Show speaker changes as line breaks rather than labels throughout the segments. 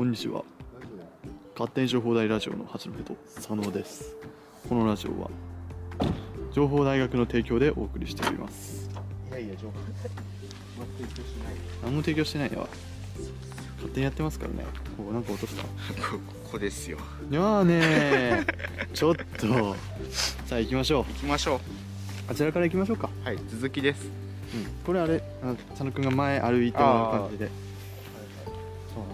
にちは勝手に情報大ラジオの八戸と佐野ですこのラジオは情報大学の提供でお送りしております
いやいや、情報。全く一致しない。
何も提供してないわ勝手にやってますからねこうなんか落とした
ここですよ。
いやーね ーちょっとさあ行きましょう
行きましょ
あちらから行きましょうか、
う。はい、続きで
う
す。
ん、これあれあの佐野くんが前歩いてもらう感じでそうな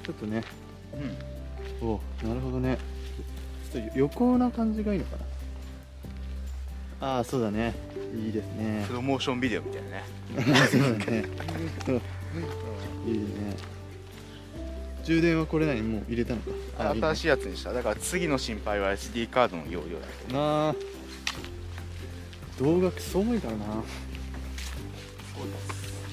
のちょっとね
うん。
おなるほどねちょっと横な感じがいいのかなああそうだねいいです ね
プロモーションビデオみたいなね。
そうだねいいね充電はこれ何もう入れたのかあ
新
い
しいやつにした。だから次の心配は SD カードの容量だ
い
け
ねなあ動画クソ重いからな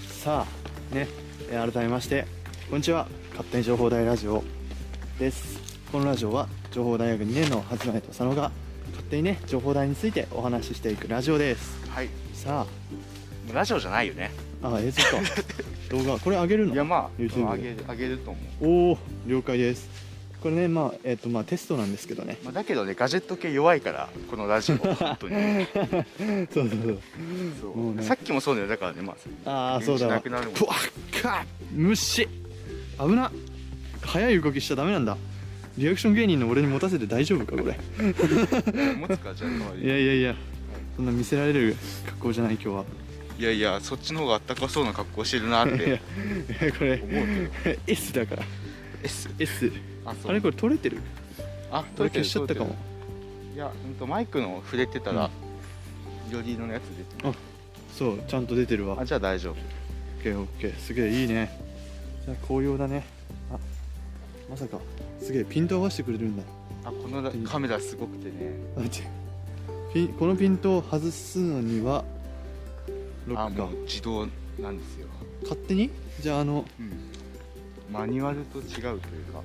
さあねえー改めましてこんにちは勝手に情報大ラジオですこのラジオは情報大学2年の初苗と佐野が勝手にね情報大についてお話ししていくラジオです
ど。はい。
さ
もうラジオじゃないよね。
ああ映 像か動画これ上げる
いや、
の
まあ、
YouTube
うんあげる、あげると思う。
おお了解ですこれねまあえっ、とまあテストなんですけど ね
まあ、だけどね、ガジェット系弱いから、このラジ オ、本当に。
そうそうそう
そ
もう
う
ね
さっきもそうだよ、だからね、まあ。
ああそうだ
な
わ
くなるもん。
うわっか虫危な早い動きしちゃダメなんだリアクション芸人の俺に持たせて大丈夫かこれ
持つか、じゃあ、代わ り
い
に
やいやいやそんな見せられる格好じゃない今日はい
やいや、そっちの方があったかそうな格好してるなっ
いや
て。
これ
思うけ
S だから
S
S
あそう
あれこれ取れてる
あ
これ消しちゃったかも
いや、うんとマイクの触れてたら、よりのやつ出てる
そうちゃんと出てるわ
あ、じゃあ大丈夫。
オッケーオッケーすげえいいねじゃあ紅葉だねあまさかすげえピント合わせてくれるんだ
あ、このラ
いい
カメラすごくてね。
あ違うピンこのピントを外すのにはロ
あ、
ック
も
か
う自動なんですよ。
勝手にじゃああの
うん。マニュアルと違うというか。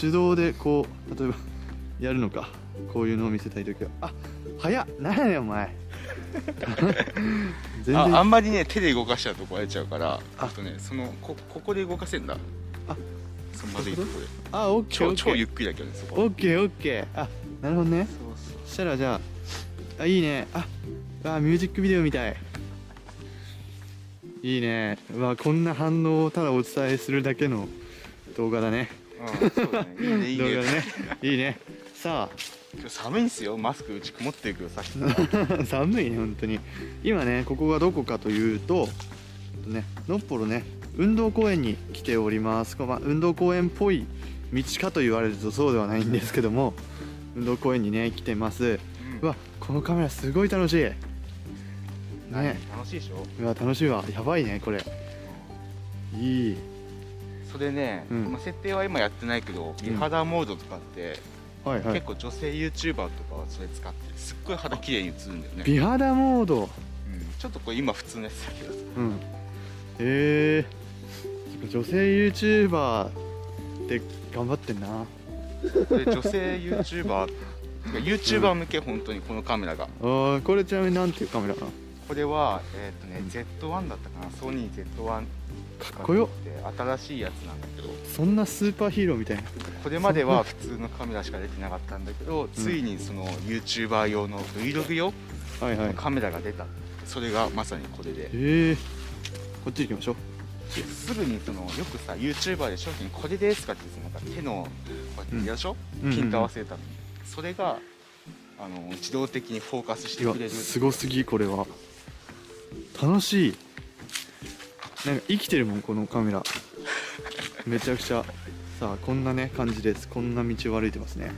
手動でこう例えばやるのかこういうのを見せたい時はあ早っ何やねんお前 全然
あ、あ
あ
んまりね、手で動かしちゃうと壊れちゃうから、あとね、そのこここで動かせんだ。
あ、
そのまずいとこで。
オッケーオ
超
ッケ
超ゆ
ー
っくりだけどね、そこ。
オッケーオッケーあなるほどね
そうそう。
そしたらじゃああいいねああミュージックビデオみたいいいねまあこんな反応をただお伝えするだけの動画だね
うん、そうだね。いいね、い い
動画だ
ね。
ねいいねさ
今日寒いんすよ。マスクうち曇ってるけどさっきから。
あ 寒いね本当に今ねここがどこかというとえっとねのっぽろね運動公園に来ておりますこうまあ、運動公園っぽい道かと言われるとそうではないんですけども運動公園にね来てます
うん
うわこのカメラすごい楽しいね
楽しいでしょ
うわ楽しいわやばいねこれいい
それね、
うん
まあ、設定は今やってないけど美肌モードとかって、
はいはい
結構女性 YouTuber とかはそれ使ってるすっごい肌綺麗に映るんだよね、
美肌モード
うんちょっとこれ今普通のやつだけどさ
うんえー、そっか女性 YouTuber って頑張ってんな
で女性 YouTuber てか YouTuber 向け本当にこのカメラが
あーこれちなみになんていうカメラかな
これはえっ、とね Z1 だったかなソニー Z1
かっこよ
って新しいやつなんだけど
そんなスーパーヒーローみたいな
これまでは普通のカメラしか出てなかったんだけど、ついにその YouTuber 用の Vlog 用
はいは
の
い
カメラが出たそれがまさにこれで
えー、こっち行きましょう
すぐにそのよくさ YouTuber で商品これですかって言ってなんか手のこうやってやるでしょ、
うん
ピント合わせたの、それがあの自動的にフォーカスして
い
く
や
れる
すごすぎこれは楽しいなんか生きてるもんこのカメラめちゃくちゃさあこんなね感じですこんな道を歩いてますね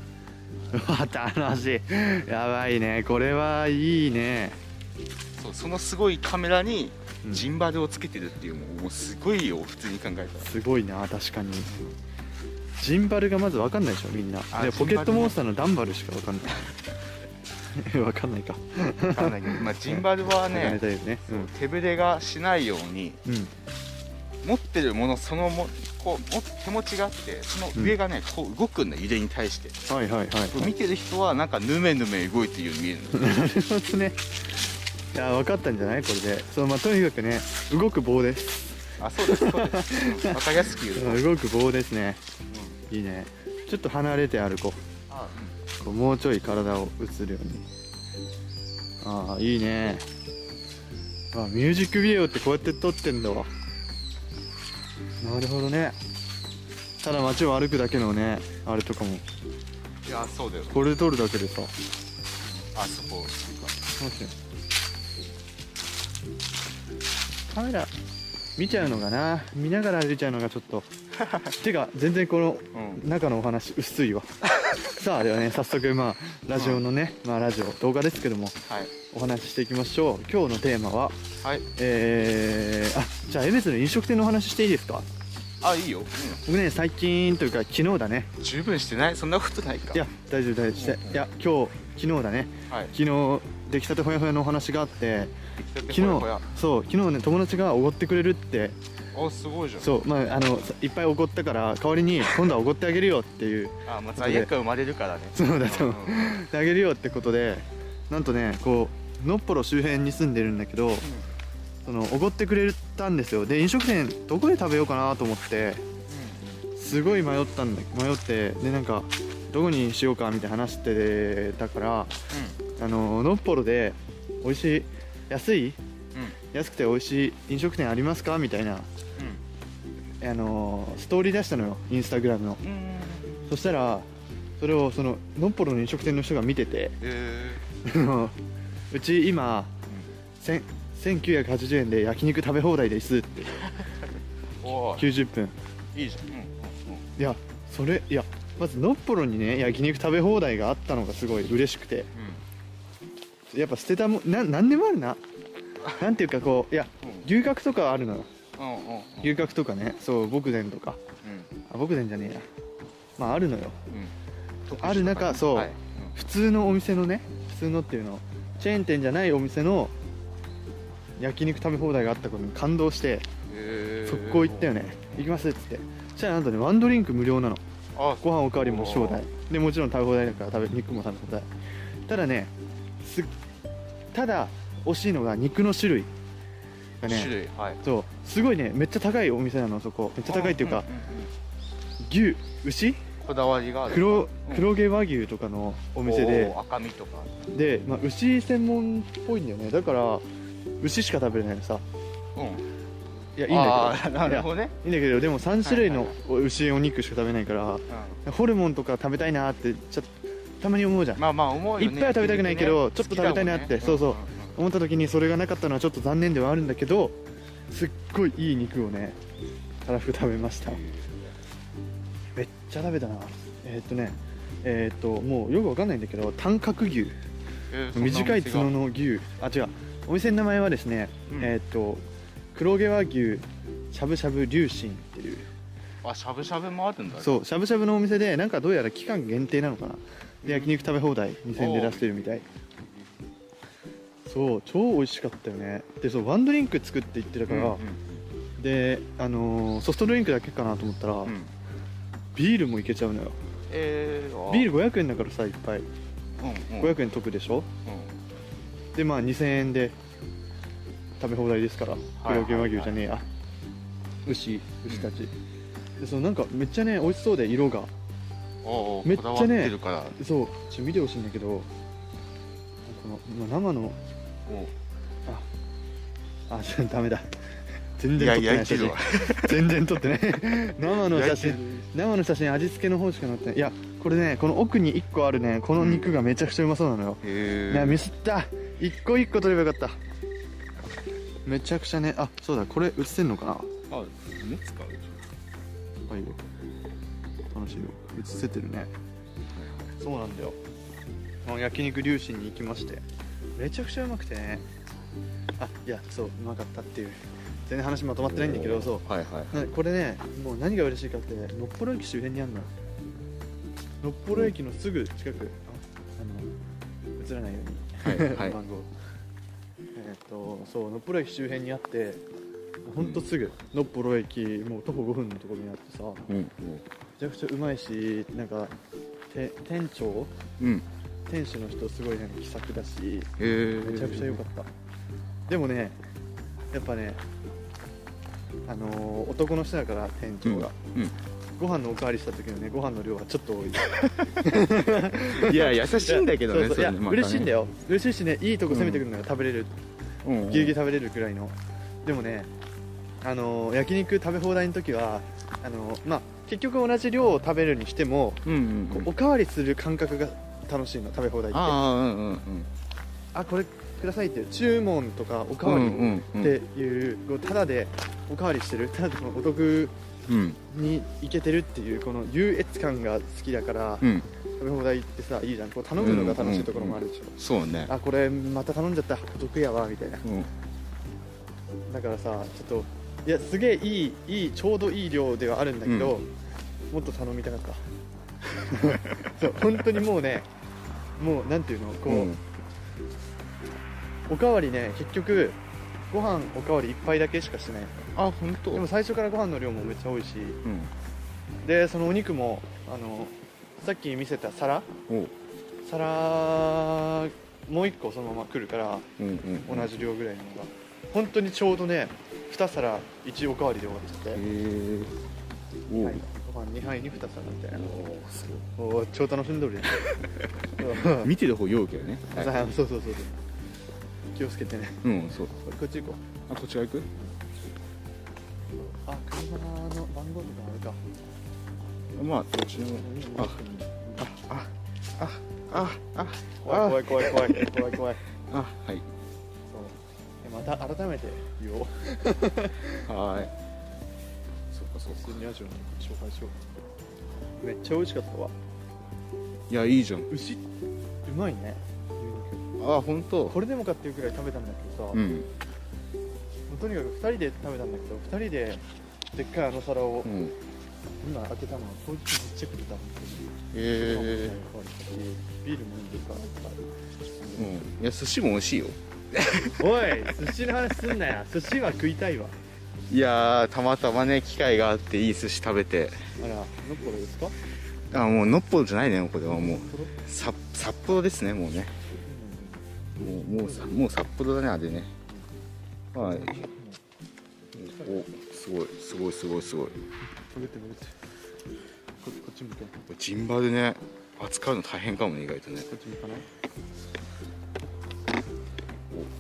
うわ楽しいやばいねこれはいいね
そうそのすごいカメラに
うん
ジンバルをつけてるっていう、もうもうすごいよ普通に考えたら
すごいな確かにジンバルがまず分かんないでしょみんな
あ
で
ジ
ポ
ンバルね
ケットモンスターのダンバルしか分かんない分かんない か
わか んないけど、まあ、ジンバル
高
は
め
ね
たいよね
そう手ぶれがしないように
うん、うん、
持ってるものそのもこうも手持ちがあってその上がね、こう動くんだ揺れに対して
はいはいはい
見てる人はなんかヌメヌメ動いてるように見えるの
なるほどねいや分かったんじゃないこれでそうまあとにかくね動く棒です
あそうですそうです分かりやすく言うと、うん
動く棒ですねいいねちょっと離れて歩こ
あ
うこうもうちょい体を映るようにああいいねあミュージックビデオってこうやって撮ってんだわなるほどねただ街を歩くだけのねあれとかも
いやそうだよ
これで撮るだけでさ
あそこっていうか
待ってカメラ見ちゃうのかな見ながら歩いちゃうのがちょっと てか全然この
うん
中のお話薄いわ さあではね早速まあラジオのね、まあラジオ動画ですけども
はい
お話ししていきましょう今日のテーマは
はい
えー、あじゃあ江別の飲食店のお話していいですか
あいいよ、
僕ね最近というか昨日だね
うん、十分してないそんなことないか
いや大丈夫大丈夫していや今日昨日だね
はい
昨日出来たてほやほやのお話があって昨
昨
日そう昨日ね友達がおごってくれるって
おすごいじゃん
そうまああのいっぱいおごったから代わりに今度はおごってあげるよっていう
あまあ罪悪感生まれるからね
そうだそう
うんうんうん
あげるよってことでなんとねこうのっぽろ周辺に住んでるんだけどそのおごってくれたんですよで飲食店どこで食べようかなと思ってすごい迷ったんだ迷ってでなんかどこにしようかみたいな話してたからあののっぽろで美味しい安い
うんうん
安くて美味しい飲食店ありますかみたいなあのストーリー出したのよインスタグラムの
うんうんうん
そしたらそれをそののっぽろの飲食店の人が見てて
え
あのうち今
ー
せん1980円で焼肉食べ放題ですって
うんおー
90分
いいじゃんうんうん
いやそれいやまずのっぽろにね焼肉食べ放題があったのがすごい嬉しくてやっぱ捨てたもんな何でもあるななんていうかこういや牛角とかあるのよ
うんうんうんうん
牛角とかねそう牧前とかあ牧前じゃねえやまああるのよ
うんうん
ある中そう
はい
普通のお店のね普通のっていうのチェーン店じゃないお店の焼肉食べ放題があったことに感動して
えー
速攻行ったよね行きますっつってそしたらなんとねワンドリンク無料なの
あ
ご飯おかわりも招待でもちろん食べ放題だから食べ肉も食べ放題ただねすただ惜しいのが肉の種類が
種
ね
類はい
そうすごいねめっちゃ高いお店なのそこめっちゃ高いっていうか
んんん
牛牛
うんこだわりがある
黒
うん
黒毛和牛とかのお
お
店で
ー赤身とか
で、まあ、牛専門っぽいんだよねだから牛しか食べれないのさ
うん
いやいいん
あ
だけ
ー
ど
なるほどね
いやいいんだけどでも3種類の
はい
牛お肉しか食べないから
う
ホルモンとか食べたいなってちょっとたまに思うじゃん、
んまあまあ思うよね
いっぱいは食べたくないけどちょっと食べたいなって
好きだもんね
そうそうん
んん
思った時にそれがなかったのはちょっと残念ではあるんだけどすっごいいい肉をねたらふく食べましためっちゃ食べたなえーっとねえーっともうよくわかんないんだけど短角牛
えーそんなお店が
短い角の牛あ違うお店の名前はですね、
うん
えーっと黒毛和牛しゃぶしゃぶ龍神っていう
あしゃぶしゃぶもあるんだね
そうしゃぶしゃぶのお店でなんかどうやら期間限定なのかなで焼肉食べ放題2000円で出してるみたいそう超美味しかったよねでそうワンドリンク作って言ってた
う
か
ん
ら、であのーソフトドリンクだけかなと思ったら、
うんうん
ビールもいけちゃうのよ
えーあ
ビール500円だからさいっぱい
うんうん
500円得でしょ
う
でまあ2000円で食べ放題ですから
いはい
黒毛和牛じゃねえや、牛牛たち、でそうなんかめっちゃね美味しそうで色が
んおーおー
めっち
こ
ゃね
だわってるから
そうちょっと見てほしいんだけどこの今生の
おう
あちょダメだ全
い
然
や
撮ってない
焼
写
いて
真
るわ
全然撮ってない 生の写
焼いてる
真生の写真味付けの方しか載ってないいやこれねこの奥に1個あるねこの肉がめちゃくちゃうまそうなのよ、
へ
いや
ー
ミスった1個1個取ればよかっためちゃくちゃねあそうだこれ映せんのかな
あ熱使うでし
はいよ楽しいよ映せてるねそうなんだよあの焼肉粒子に行きましてめちゃくちゃうまくてねあいやそううまかったっていう全然話まとまってないんだけどそう
ょはいはい
なこれねもう何が嬉しいかってのっぽろ駅周辺にあるののっぽろ駅のすぐ近くああの映らないように、
はいはい
番号えーっとそうのっぽろ駅周辺にあってほんとすぐ、のっぽろ駅もう徒歩5分のところにあってさめ
うん
ちゃくちゃうまいしなんかて店長
うんうん
店主の人すごいなんか気さくだし
へえ
めちゃくちゃ良かった、でもねやっぱねあのー男の人だから店長が、
うんうん
ご飯のおかわりした時のねご飯の量はちょっ と多い
いや優しいんだけど
そ
ね
うそうい
れ
や、
ねまたね
嬉しいんだよ嬉しいしねいいとこ攻めてくるのが食べれる、
うんうん
ぎゅうぎゅう食べれるくらいのでもねあのー焼肉食べ放題の時はあのーまあ結局同じ量を食べるにしても、
うんうんう
こ
ん
うおかわりする感覚が楽しいの食べ放題ってあ
ああうんうんうん
これくださいっていう注文とかおかわり
うんうんうん
っていう、こうただでおかわりしてるただでもお得
うん
にいけてるっていうこの優越感が好きだから、
うん
食べ放題ってさいいじゃんこう頼むのが楽しいところもあるでしょ、
そうね
あこれまた頼んじゃったお得やわみたいな
うん
だからさちょっといやすげえいいいいちょうどいい量ではあるんだけど、もっと頼みたかったそう本当にもうねもうなんていうのこう、
うん
おかわりね結局ご飯おかわり一杯だけしかしてない
あ本当
でも最初からご飯の量もめっちゃ多いし
うん
でそのお肉もあのさっき見せた皿
おう
皿もう1個そのまま来るから
うんうん
同じ量ぐらいのが本当にちょうどね2皿1おかわりで終わっちゃって、
へえおう
はい、ご飯2杯に2皿みたいな
おうすご
おお超楽しんどる やん
い見てる方酔うけどねはい
そうそうそうそう気をつけてね
うんそう
こっち行こう
あこっちら行く
あ車の番号とかあれか
まあどっちでもああああああ
怖い怖い怖い怖い怖い怖い
あはい
そうえまた改めて言おう
はーいそっかそっか
普通にラジオに紹介しようめっちゃ美味しかったわ
いやいいじゃん
牛うまいね牛肉
あ本当
これでもかっていうくらい食べたんだけどさ、
う
も
ん
うとにかく2人で食べたんだけど2人ででっかいあの皿を
うんへ
今開けたのはこいつめっちゃくれたの
え
ビールも飲んでるからいっぱい
うんいや寿司も美味しいよ
おい寿司の話すんなや寿司は食いたいわ
いやーたまたまね機会があっていい寿司食べて
あらノッコロですか
あもうのっぽじゃないねこれはもう
トロッ
さ札幌ですねもうねもうもうさもう札幌だねあれねはいおすごいすごいすごいすごい
潜って潜ってここっち向けこ
ジンバルね扱うの大変かもね意外とね
っち向かない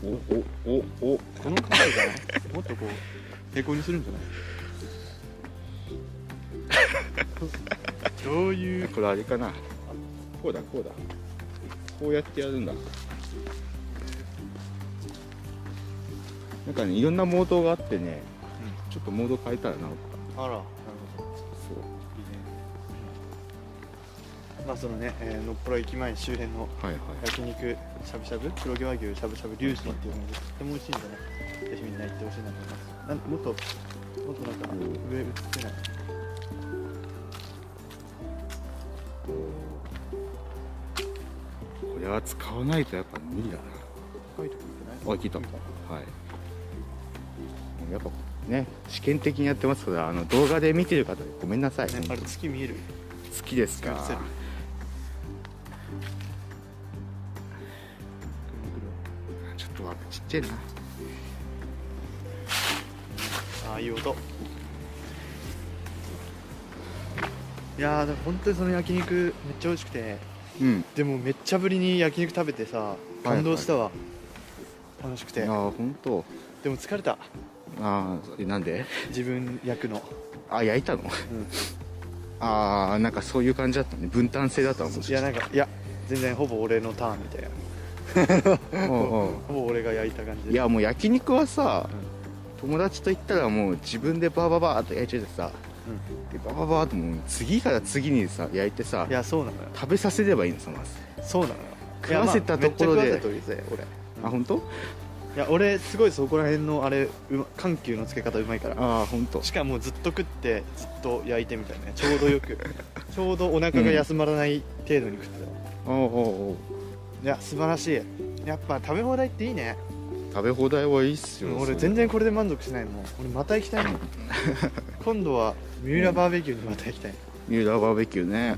おおおおお
この角度じゃないもっとこう平行にするんじゃないどういう
これあれかなこうだこうだこうやってやるんだなんかねいろんなモードがあってね、ちょっとモード変えたらなおか
あらなるほど
そう
いいねまあそのね、えー、のっぽろ駅前周辺の
はいはい
焼肉しゃぶしゃぶ黒毛和牛しゃぶしゃぶ龍神っていうのがとっても美味しいんでねぜひみんな行ってほしいなと思いますなんもっともっとなんか上映ってない
これは使わないとやっぱ無理だな
高いとこ
あ
行っ
聞
て
いた
ない
はいやっぱね試験的にやってますからあの動画で見てる方ごめんなさい、
ね
本当
あ
に
れ月見える
好きですか
作る
ちょっとわちっちゃいな
ああいい音いやーでも本当にその焼肉めっちゃ美味しくて
うん
でもめっちゃぶりに焼肉食べてさ感動したわ、楽しくて
ああ本当
でも疲れた
ああなんで
自分焼くの、
あ焼いたのああなんかそういう感じだったね分担制だったのも
いやなんかいや全然ほぼ俺のターンみたいな
うんうん
ほぼ俺が焼いた感じで
いやもう焼肉はさ、友達と行ったらもう自分でバーバーバーっと焼いちゃってさ、でバーバーバーっともう次から次にさ焼いてさ
いやそうなのよ
食べさせればいいのさまず、
そうなのよ
食わせたところで
いやまあめっちゃ食わせたぜ俺
あ本当
いや俺すごいそこら辺のあれうま緩急のつけ方うまいから
ああ本当
しかもずっと食ってずっと焼いてみたいなねちょうどよ くちょうどお腹が休まらない程度に食ってた、い
おうおうおう
や素晴らしいやっぱ食べ放題っていいね
食べ放題はいいっすよ
俺全然これで満足しないもん俺また行きたいも ん今度は三浦バーベキューにまた行きたい
ミューラーバーベキューね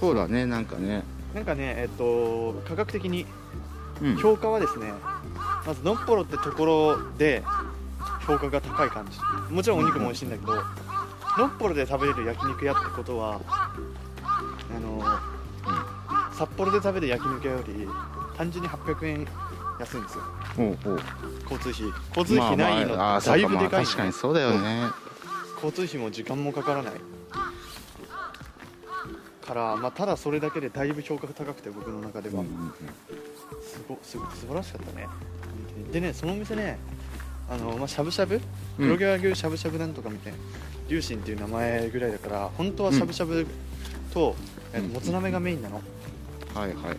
そうだねなんかね
なんかねえっと価格的に
うん
評価はですねまずのっぽろってところで評価が高い感じもちろんお肉も美味しいんだけどノッポロで食べれる焼肉屋ってことはあの、札幌で食べる焼肉屋より単純に800円安いんですよ
おうおう
交通費交通費ないの
ああ
だ
そう
いぶ
ま
で
あ
かい、ね
確かにそうだよね
交通費も時間もかからないから、まあ、ただそれだけでだいぶ評価が高くて僕の中で
うんう
は
んうん
すごすご素晴らしかったねでねそのお店ねあの、まあ、しゃぶしゃぶ
うん
黒毛和牛しゃぶしゃぶなんとかみたいな龍神っていう名前ぐらいだから本当はしゃぶしゃぶと、えっと
うん
もつ鍋がメインなの
はいはいはい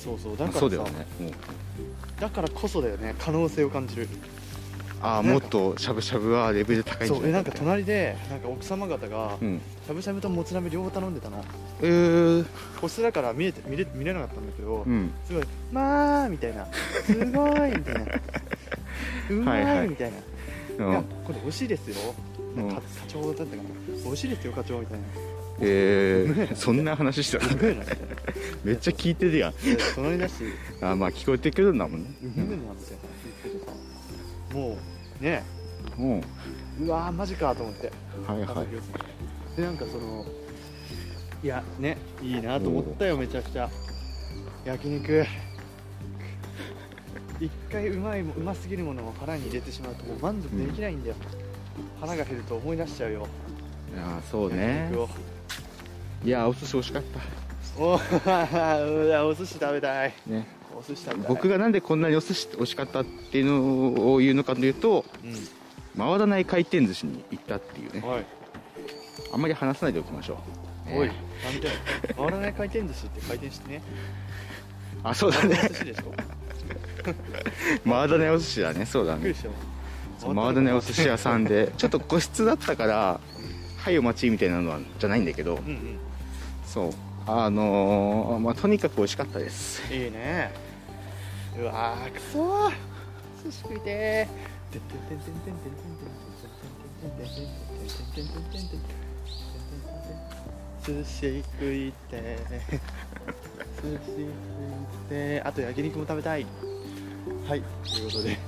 そうそうだ
ま
か
あ
らさ
そうだよねもう
だからこそだよね可能性を感じる
ああ
な
も
ん
っ
か
としゃぶしゃぶはレベル高いんじ
そ
ゃ
うえ
な
ないんか隣でなんか奥様方が
うん
しゃぶしゃぶともつ鍋両方頼んでたの
えー
個室だから見えて見れ見れなかったんだけど、
うん
すごい「まあ」みたいな「すごい」みたい な「うまい」
はいはい
みたいな「
う
いや
ん
これ美味しいですよ」
うん
か課長だったかな「美味しいですよ課長」みたいな「
えー そんな話してた
うめえな」みたいな
めっちゃ聞いてるやん
で隣だし「
あーまあ聞こえてくるんだもんね
うめえな」みたいな言っててさもうね
うん
うわーマジかと思って
はいはい
でなんかそのいやねいいなと思ったよめちゃくちゃ焼肉一回うまいもうますぎるものを腹に入れてしまうともう満足できないんだよ、腹が減ると思い出しちゃうよ
いやーそう
焼
ね
肉を
いやーお寿司美味しかった
おー うわお寿司食べたい
ね
お寿司食べたい
僕がなんでこんなにお寿司美味しかったっていうのを言うのかというと
うん
回らない回転寿司に行ったっていうね
おい
あんまり話さないでおきましょう、
おい
ね
なんだよ回らない回転寿司って回転してね
あそうだ
回らない
ね
寿司でしょびっ
回らないお寿司だねそうだ
く
ね
りした
そう
わ
回らないお寿司屋さんでちょっと個室だったから「はいお待ち」みたいなのはじゃないんだけど
うんうん
そうあのーまあとにかく美味しかったです
いいねうわーくそー寿司食いてー寿司食いてー寿司食いてーあと焼肉も食べたいはいということで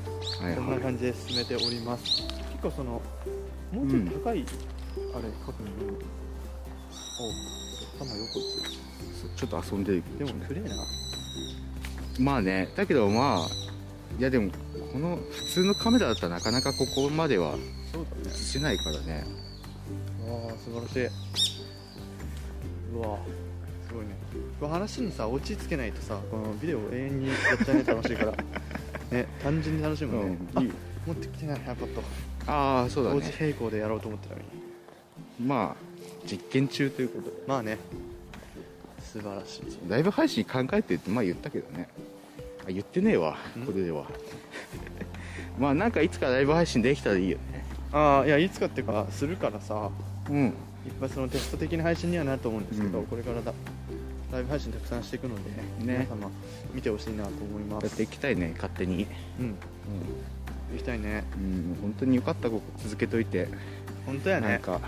はい
こんな
はい
感じで進めております結構そのもうちょっと高い、あれ角にお頭横
ちょっと遊んでる
でもくれえな
まあねだけどまあいやでもこの普通のカメラだったらなかなかここまでは
そうだね
映せないからね
わあ素晴らしいうわすごいねこれ話にさ落ち着けないとさこのビデオ永遠にやっちゃうね楽しいから ね単純に楽しむね、
うんいい
あ持ってきてない iPad
ああそうだ
同時
ね
並行でやろうと思ってたのに
まあ実験中ということで
まあね素晴らしい
ライブ配信考えてってまあ言ったけどねあ言ってねえわ
ん
これでは まあなんかいつかライブ配信できたらいいよね
ああいやいつかっていうかするからさ
うん
いっぱいそのテスト的な配信にはなると思うんですけど、
うん
これからだライブ配信たくさんしていくので、皆様見てほしいなと思いま
やっ
す
ていきたいね勝手に
うん行きたいね
うん、うん、本当によかったここ続けといて
本当や
なん
ね
か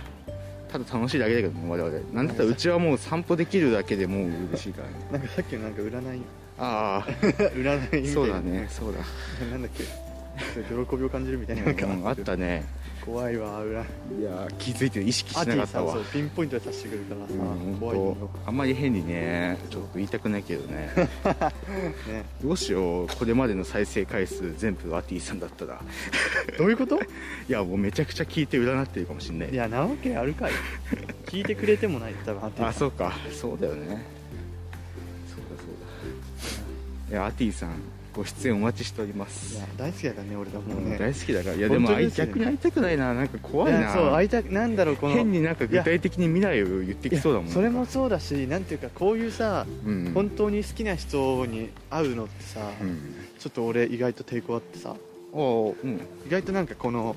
ただ楽しいだけだけどね我々なんだったらうちはもう散歩できるだけでもう嬉しいからね
なんかさっきのなんか占い
あ
占いみたい
あ
な
そうだね そうだ
なんだっけ喜びを感じるみたいななんか、
うんあったね
怖いわ裏
いやー気づいて意識し
ア
な
テ
か
ィ
った
さん
わ
そうピンポイントで刺してくるからさ、
うん
怖いよ
本当あんまり変にねちょっと言いたくないけど ね
ね
どうしようこれまでの再生回数全部アティさんだったら
どういうこと
いやもうめちゃくちゃ聞いて占ってるかもしんない
いやなわけあるかい聞いてくれてもない多分アティ
あ
さん
そうかそうだよねそうだそうだいやアティさんご出演お待ちしておりま
い
す
や大好きだからね俺らもう
もう
ね
大好きだからいやでも
本当ですよね
逆に会いたくないななんか怖い
いや
な
そう会いたくなんだろうこの
変になんか具体的に未来を言ってきそうだもん
いやそれも、そうだしなんていうかこういうさ
うんうん
本当に好きな人に会うのってさ、
うん、
ちょっと俺意外と抵抗あってさ
おおうん
意外となんかこの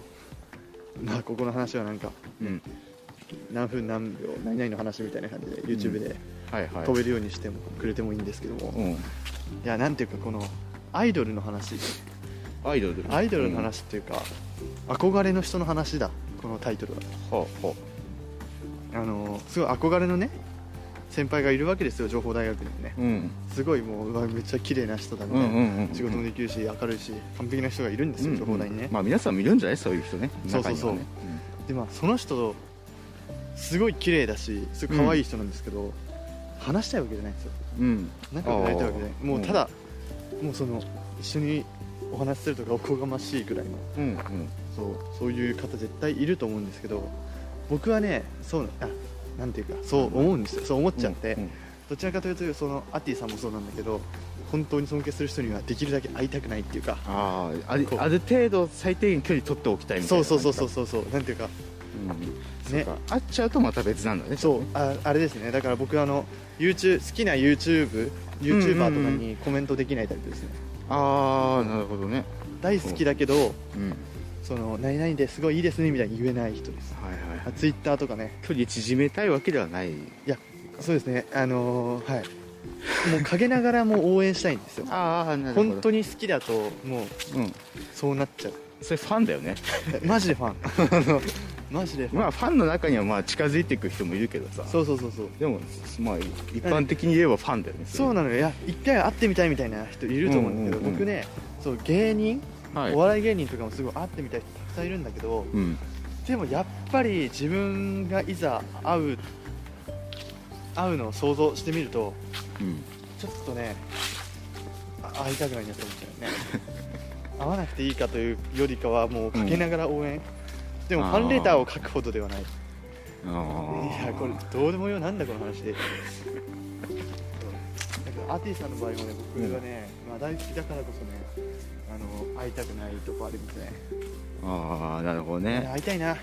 まあここの話はなんか
うん
何分何秒何々の話みたいな感じで YouTube で
はいはい
飛べるようにしてもくれてもいいんですけども、い
うん
やなんていうかこのアイドルの話
アイドル
アイドルの、話っていうか、憧れの人の話だこのタイトルは
うん、ほうほ
あのすごい憧れのね先輩がいるわけですよ情報大学にもね
うん
すごいもううわめっちゃ綺麗な人だ
うんう
ね、
んうん
仕事もできるし明るいし完璧な人がいるんです
う
よ、
ん
情報大にね、
まあ皆さん見るんじゃないそういう人ね
そうそうそう
中にはね
でまあその人すごい綺麗だしすごい可愛い人なんですけど、話したいわけじゃないんですよ
うん
仲良くなりたいわけじゃな
あ
い
ー
もうただ、もうその一緒にお話しするとかおこがましいぐらいの
うんうん
そうそういう方絶対いると思うんですけど僕はねそうあなんていうかそう思うんですよそう思っちゃって、
うん
どちらかというとそのアッティさんもそうなんだけど本当に尊敬する人にはできるだけ会いたくないっていうか
あーある
こう
ある程度最低限距離取っておきたいみたい
そう
な
そうそうそう
そ
そうそうなんていうか
うんそう
ね
か会っちゃうとまた別なんだね
そうああれですねだから僕あの YouTube 好きな YouTubeYouTuber とかにコメントできないタイプですね、
ああなるほどね
大好きだけど
うん
その何々ですごいいいですねみたいに言えない人です
はいはいはい
あ Twitter とかね
距離縮めたいわけではない
そうですねあのーはいもう陰ながらも応援したいんですよ
ああなるほど
本当に好きだともう
うん
そうなっちゃう
それファンだよね
マジでファンあ のマジでファン、
まあファンの中にはまあ近づいていく人もいるけどさ
そうそうそうそう
でもまあ一般的に言えばファンだよね
そうなのよいや一回会ってみたいみたいな人いると思うんですけど、
うんうんうん
僕ねそう芸人、
のはい
お笑い芸人とかもすごい会ってみたい人たくさんいるんだけど
うん
でもやっぱり自分がいざ会う会うのを想像してみると
うん
ちょっとねあ会いたくないなと思っちゃうね 会わなくていいかというよりかはもうかけながら応援、でもファンレターを書くほどではないい
ああ
やこれどうでもよなんだこの話だからアーティさんの場合もね僕がね、まあ、大好きだからこそねあの会いたくないとこありますね
ああなるほどね
会いたいな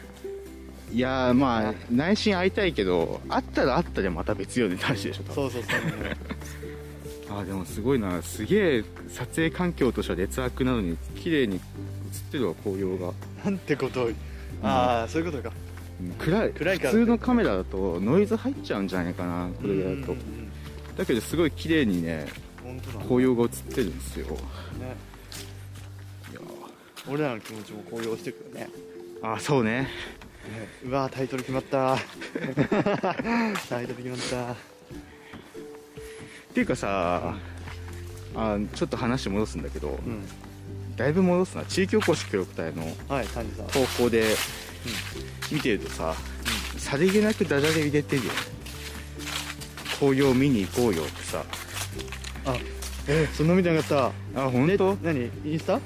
い
やーまあ内心会いたいけど会ったら会ったでまた別よね話でしょ多分
そうそうそうなのよ
あーでもすごいなすげえ撮影環境としては劣悪なのに綺麗に映ってるわ紅葉
な
が
んてことをああそういうことか
うん暗い
暗いから
普通のカメラだとノイズ入っちゃうんじゃないかなこれだ
う
と
んうんうん
だけどすごい綺麗にね
本当だ
紅葉が映ってるんですよ
ね
いや
俺らの気持ちも高揚してくるね
ーあーそうね
うわータイトル決まった タイトル決まった
っていうかさあーちょっと話戻すんだけど、
うん
だいぶ戻すな地域おこし協力隊の
はい幹事さん
投稿で見てるとさ、さりげなくダジャレ入れてるよね紅葉見に行こうよってさ
あえそんな見てなかっ
あ
た
本当
ね何インスタ
い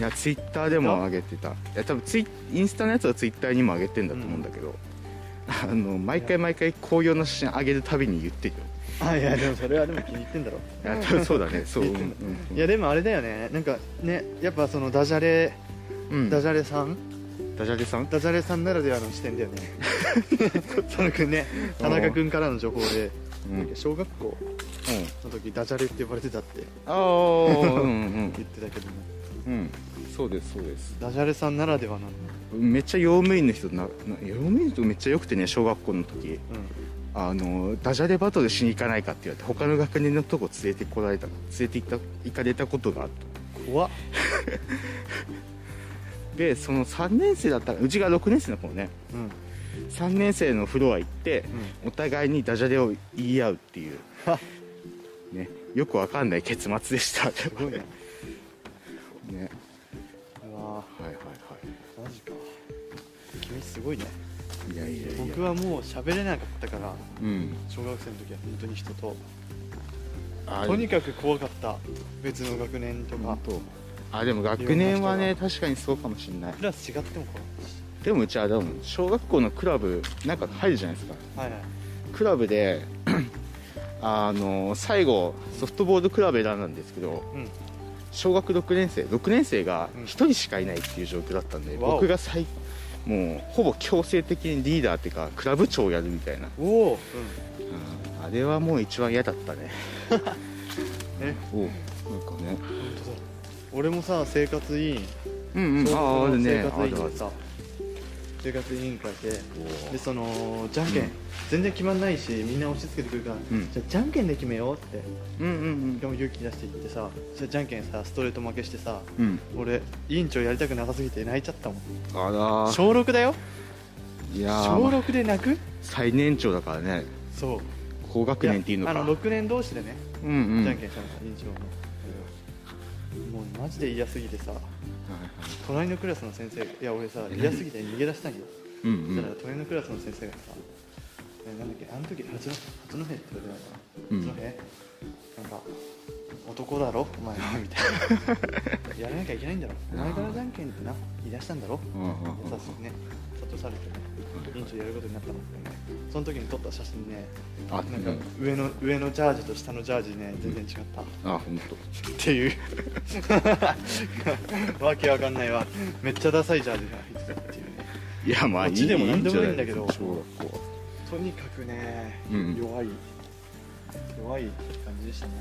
やツイッターでも上げてたいや多分ツイインスタのやつはツイッターにも上げてんだと思うんだけど、あの毎回毎回紅葉の写真上げるたびに言ってるよ
あいやでもそれはでも気に入ってんだろ
いや多分そうだねそう、
言
うん
ってんだ
うん
いやでもあれだよねなんかねやっぱそのダジャレ
うん
ダ
ダ
ジャレさん
ジャレさん
ダジャレさんならではの視点だよ ね佐野くんね田中くんからの情報で
うん、うん、
小学校の時ダジャレって呼ばれてたって
ああうんうん
言ってたけども
うんそうですそうです
ダジャレさんならではなの
めっちゃ用務員の人なな用務員の人めっちゃよくてね小学校の時
う
あのダジャレバトルしに行かないかって言われて他の学年のとこ連れてこられた連れて行った行かれたことがあった
ん怖っ
でその3年生だったらうちが6年生の頃ね
うん
3年生のフロア行って、お互いにダジャレを言い合うっていう
は、
ね、よくわかんない結末でしたす
ごいね
ね
うわ
はいはいは
ーマジか君すごいね
いいやいやいや
僕はもう喋れなかったから
うん
小学生の時は本当に人と
あ
とにかく怖かった別の学年とか、
本当あでも学年はね確かにそうかもしれない
クラス違っても怖かったし
でもうちはでも小学校のクラブなんか入るじゃないですか
はいはい
クラ ブであの最後ソフトボールクラブ選んだんですけど
うん
小学6年生6年生が
うん
1人しかいないっていう状況だったんで、
わお
僕が最もうほぼ強制的にリーダーっていうかクラブ長をやるみたいな、
おお、
うんあれはもう一番嫌だったね
え
おなんかね
うん本当だ俺もさ生活委員
うんうんあ
小
あ
学
あ
校の
るね
生
あ
活委
るあ
員
る
でさ生活委員会で
お
でそのじゃんけん、
うん
全然決まんないしみんな押し付けてくるから、
うん
じゃあじゃんけんで決めようって
うんうん
でも勇気出して言ってさじゃあじゃんけんさストレート負けしてさ
うんうん
俺委員長やりたくなさすぎて泣いちゃったもん
あ
小6だよ
らいやー
小6で泣く
最年長だからね
そう
高学年っていうの
あ
か
の6年同士でね
うんうん
じゃ
はい
んけんしたのさ院長の、もうマジで嫌すぎてさ
はい
隣のクラスの先生いや俺さ嫌すぎて逃げ出したんよ、
うん
そしたら隣のクラスの先生がさ、えなんだっけあの時八戸八戸って言われたのかな、八戸なんか男だろお前 はみたいなやらなきゃいけないんだろお前からじゃんけんってな言い出したんだろ
うんうんうんうん
優しくね諭されてね院長やることになったのってねその時に撮った写真ね
あ
なんか上の上のジャージと下のジャージね全然違った、
あ本当
って いう わけわかんないわめっちゃダサいジャージが入ってたっていうね
いやまあ
こっちでもなんでもいいんだけど
じゃない小学校は
とにかくね、
うん
弱い弱い感じでしたね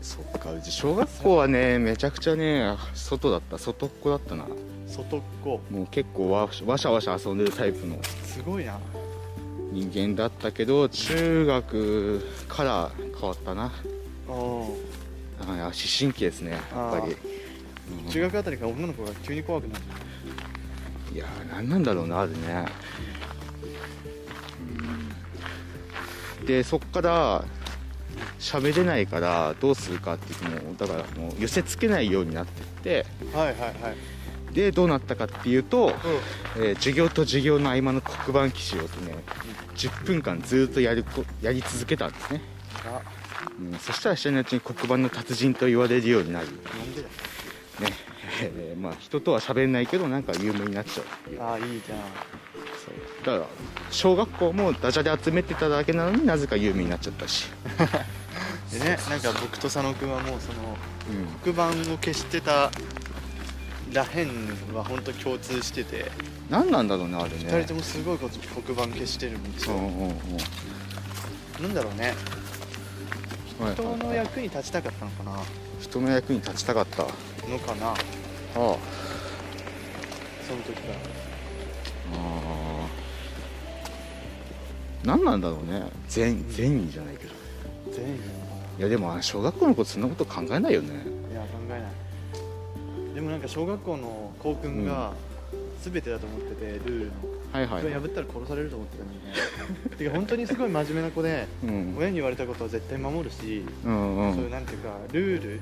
そっかうち小学校はねめちゃくちゃね外だった外っ子だったな
外っ子
もう結構わわしゃわしゃ遊んでるタイプの
すごいな
人間だったけど中学から変わったな
お
あ思春期ですねやっぱり、うん
中学あたりから女の子が急に怖くなる
いやー何なんだろうなあれね、うん、でそっから喋れないからどうするかっていうともうだからもう寄せつけないようになってって
はいはいはい、
でどうなったかっていうと、えー授業と授業の合間の黒板記事をね10分間ずっとやるこやり続けたんですね、
あ
うん、そしたら下のうちに黒板の達人と言われるようになりね、
なんでだ
えーまあ人とは喋んないけどなんか有名になっちゃうっていう
ああいいじゃん
そうだから小学校もダジャレ集めてただけなのになぜか有名になっちゃったし、
でねなんか僕と佐野君はもうその
うん、
黒板を消してたらへんは本当共通してて、
何なんだろうなあれね
二人ともすごいこと黒板消してるんです
う
よ、
んうんうん
なんだろうね
はい
人
はい
の
はい
役に立ちたかったのかな
人の役に立ちたかったあ
のかな
あ
その時から
あー何なんだろうね善善意じゃないけど
全員
いやでもあ小学校の子そんなこと考えないよね
いや考えないでもなんか小学校の校訓が全てだと思っててルールの
はいは
こ
い
れ破ったら殺されると思ってたのにね てか本当にすごい真面目な子で
うん
親に言われたことは絶対守るし、
うんう
そういうんなんていうかルール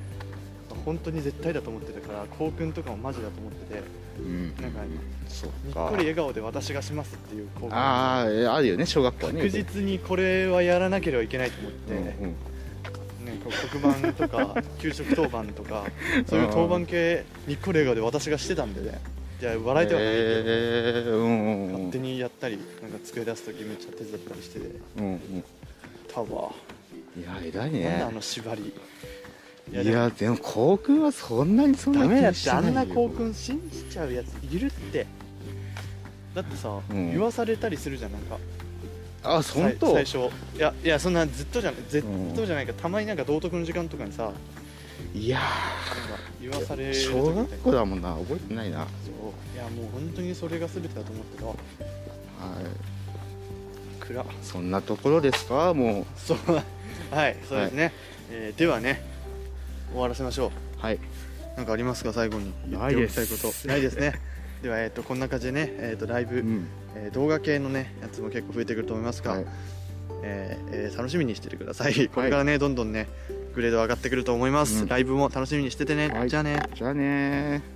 は本当に絶対だと思ってたから校訓とかもマジだと思ってて
うん
なんか
そ
に
っ
っ
か
こり笑顔で私がしますっていう校訓
あーあるよね小学校はね
確実にこれはやらなければいけないと思って、
うんうん
ね、こう黒板と か給食当番とかそういう当番系にっこり笑顔で私がしてたんでねじゃあ笑いてはないけど、
えーうんうんうん
勝手にやったりなんか机出す時めっちゃ手伝ったりしてて
うんうん
タワ
いや偉い
ー、なんだあ
ね
の縛りい
い
や
や
でも
でも校訓はそんなにそんな
ダメだっ
気して
あんな校訓信じちゃうやついるってだってさ、
うん
言わされたりするじゃんなんか
あ本当
さい最初いやいやそんなずっとじゃないずっとじゃないか、たまになんか道徳の時間とかにさなんか
いや
言わされ
ー
る時
小
みた
学
いな
校だもんな覚えてないなはい
そういやもう本当にそれが全てだと思ってたわ暗
そんなところですかもう
そうはいそう ですね、えーではね終わらせましょう
はい
何かありますか最後に言っておきたいこと
ない です
ないですねでは、えー、とこんな感じでね、えー、とライブ、
うん
えー動画系のねやつも結構増えてくると思いますが、
はい
えーえー楽しみにしててくださいこれからね、どんどんねグレード上がってくると思います、
うん
ライブも楽しみにしててね、
はい
じゃあね
じゃあねー